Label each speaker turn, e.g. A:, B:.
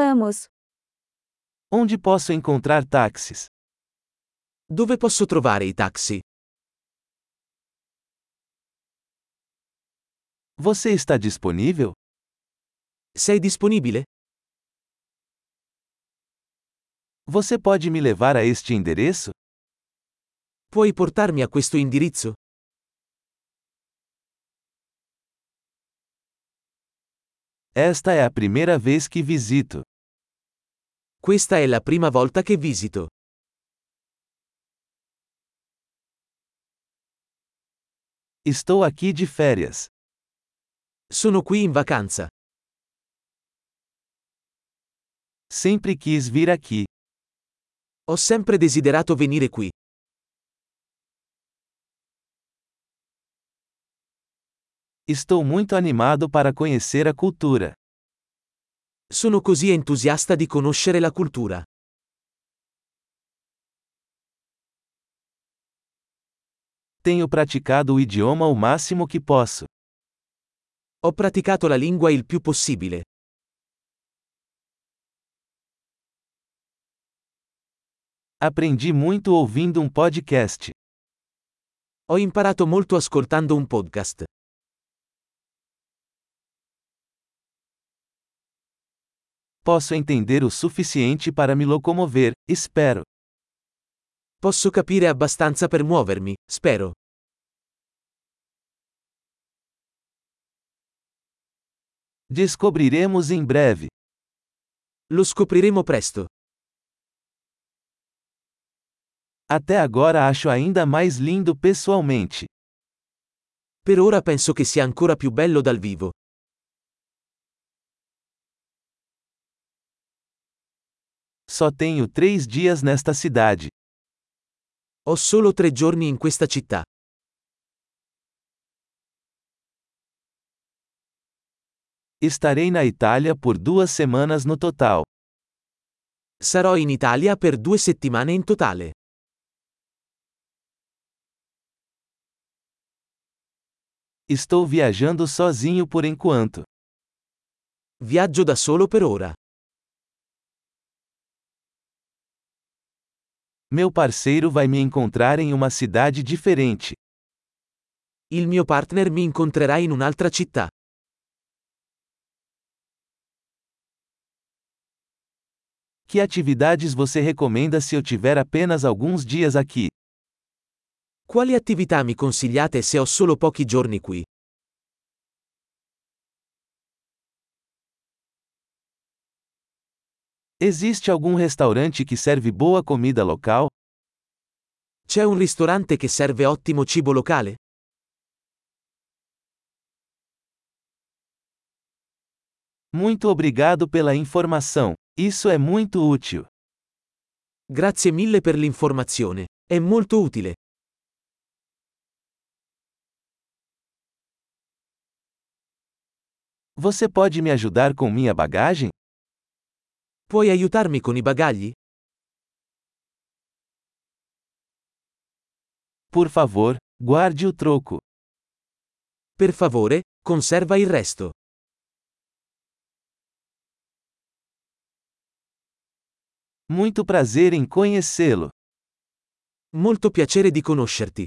A: vamos?
B: Onde posso encontrar táxis?
C: Dove posso trovare i taxi?
B: Você está disponível?
C: Sei disponibile?
B: Você pode me levar a este endereço?
C: Puoi portarmi a questo indirizzo?
B: Esta é a primeira vez que visito.
C: Questa è la prima volta che visito.
B: Estou aqui de férias.
C: Sono qui in vacanza.
B: Sempre quis vir aqui.
C: Ho sempre desiderato venire qui.
B: Estou muito animado para conhecer a cultura.
C: Sono così entusiasta di conoscere la cultura.
B: Tenho praticado o idioma o máximo que posso.
C: Ho praticato la lingua il più possibile.
B: Aprendi muito ouvindo um podcast.
C: Ho imparato molto ascoltando un podcast.
B: Posso entender o suficiente para me locomover, espero.
C: Posso capire abbastanza per muovermi, spero.
B: Descobriremos em breve.
C: Lo scopriremo presto.
B: Até agora acho ainda mais lindo pessoalmente.
C: Per ora penso che sia ancora più bello dal vivo.
B: Só tenho três dias nesta cidade.
C: Ho solo tre giorni in questa città.
B: Estarei na Itália por duas semanas no total.
C: Sarò in Italia per due settimane in totale.
B: Estou viajando sozinho por enquanto.
C: Viaggio da solo per ora.
B: Meu parceiro vai me encontrar em uma cidade diferente.
C: Il mio partner mi incontrerà in un'altra città.
B: Que atividades você recomenda se eu tiver apenas alguns dias aqui?
C: Quali attività mi consigliate se ho solo pochi giorni qui?
B: Existe algum restaurante que serve boa comida local?
C: C'è un ristorante che serve ottimo cibo locale?
B: Muito obrigado pela informação. Isso é muito útil.
C: Grazie mille per l'informazione. È molto utile.
B: Você pode me ajudar com minha bagagem?
C: Puoi aiutarmi con i bagagli?
B: Por favor, guarde o troco.
C: Per favore, conserva il resto.
B: Muito prazer em conhecê-lo.
C: Molto piacere di conoscerti.